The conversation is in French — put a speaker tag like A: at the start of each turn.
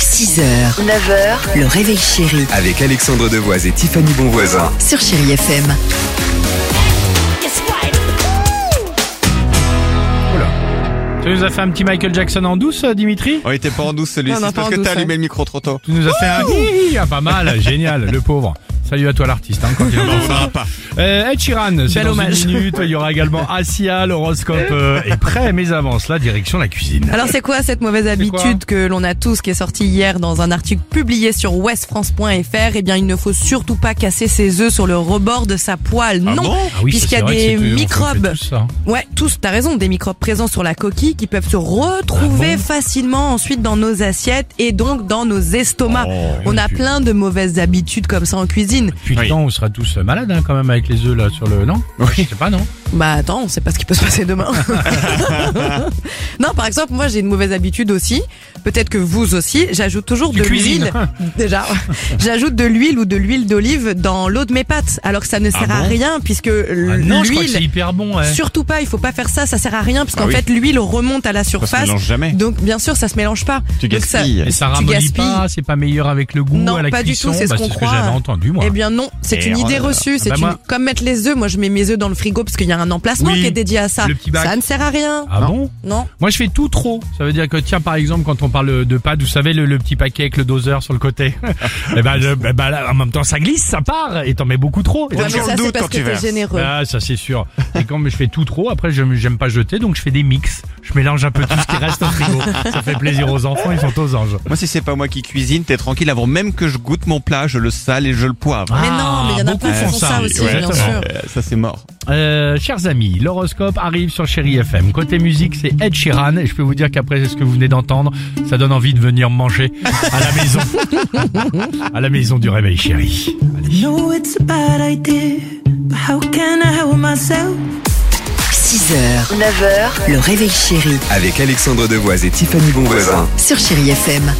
A: 6h, 9h, le réveil chéri
B: Avec Alexandre Devoise et Tiffany Bonvoisin.
A: sur Chéri FM.
C: Tu nous as fait un petit Michael Jackson en douce, euh, Dimitri
D: On était pas en douce celui-ci
E: Non, non,
D: c'est
E: pas
D: parce
E: en
D: que
E: douce,
D: t'as
E: ouais.
D: allumé le micro trop tôt.
C: Tu nous as fait un Hi, hi, ah, pas mal, génial, le pauvre. Salut à toi l'artiste, hein, quand il en
D: voudra pas.
C: Euh, Ed Sheeran, c'est
E: Bel
C: dans
E: hommage.
C: une minute. Il y aura également Asia, l'horoscope euh, est prêt, mais avant cela, direction la cuisine.
E: Alors c'est quoi cette mauvaise habitude que l'on a tous qui est sortie hier dans un article publié sur westfrance.fr Eh bien il ne faut surtout pas casser ses œufs sur le rebord de sa poêle. non,
C: Ah oui, ça,
E: puisqu'il y a
C: c'est vrai que
E: des
C: c'est que- on
E: microbes.
C: fait tout ça.
E: Ouais, tous, t'as raison, des microbes présents sur la coquille qui peuvent se retrouver facilement ensuite dans nos assiettes et donc dans nos estomacs. On
C: oui,
E: a
C: puis-
E: plein de mauvaises habitudes comme ça en cuisine.
C: Puis le
D: Oui.
C: temps, on sera tous euh, malades hein, quand même avec les œufs là sur le non. Je sais pas non.
E: Bah attends, on sait pas ce qui peut se passer demain. non, par exemple, moi j'ai une mauvaise habitude aussi. Peut-être que vous aussi. J'ajoute toujours
C: Tu
E: de
C: cuisines.
E: l'huile. Déjà, j'ajoute de l'huile ou de l'huile d'olive dans l'eau de mes pâtes, alors que ça ne sert à
C: bon
E: rien puisque
C: Ah non, je crois que c'est
E: l'huile.
C: hyper bon. hein. ouais.
E: Surtout pas, il faut pas faire ça, ça sert à rien parce qu'en
D: Ah oui.
E: fait l'huile remonte à la
D: Ça se
E: surface.
D: mélange jamais.
E: Donc bien sûr, ça se mélange pas.
D: Tu
E: Donc, ça-
D: gaspilles.
C: Et ça
E: tu
C: ramollit
E: gaspilles.
C: pas, c'est pas meilleur avec le goût
E: Non,
C: à la
E: pas du
C: cuisson.
E: tout, c'est ce
C: Bah,
E: qu'on
C: que
E: croit.
C: j'avais entendu moi.
E: Eh bien non, c'est une
D: Et
E: idée
D: voilà.
E: reçue, c'est
C: bah,
E: une
C: moi-
E: comme mettre les œufs. Moi je mets mes œufs dans le frigo parce qu'il y a un emplacement
C: Oui,
E: qui est dédié à ça.
C: le petit bac.
E: Ça ne sert à rien.
C: ah
D: Non.
C: bon
E: Non.
C: Moi, je fais tout trop. Ça veut dire que, tiens, par exemple, quand on parle de pâtes, vous savez, le, le petit paquet avec le doseur sur le côté. eh ben, je- eh ben, là, en même temps, ça glisse, ça part, et t'en mets beaucoup trop. Et donc,
E: Ouais, mais
D: toujours
E: ça
D: le
E: c'est
D: doute
E: parce
D: quand
E: que
D: tu
E: t'es
D: verses.
E: généreux.
C: ah, ça, c'est sûr. Et quand je fais tout trop, après, je j'aime pas jeter, donc je fais des mix. Je mélange un peu tout ce qui reste au frigo. Ça fait plaisir aux enfants, ils sont aux anges.
D: Moi si c'est pas moi qui cuisine, t'es tranquille avant même que je goûte mon plat, je le sale et je le poivre.
E: Mais non, mais il y en a
C: Ah, beaucoup
E: plein qui
C: font
E: font ça aussi,
C: Ouais,
E: bien
C: exactement.
E: sûr.
D: Euh, ça c'est mort.
C: Euh, chers amis, l'horoscope arrive sur Chéri FM. Côté musique, c'est Ed Sheeran. Et je peux vous dire qu'après ce que vous venez d'entendre, ça donne envie de venir manger à la maison. à la maison du réveil, chéri.
F: know it's a bad idea, but how can I help myself?
A: 6h, 9h, le réveil chéri
B: Avec Alexandre Devoise et Tiffany Bonvoisin.
A: sur Chéri FM.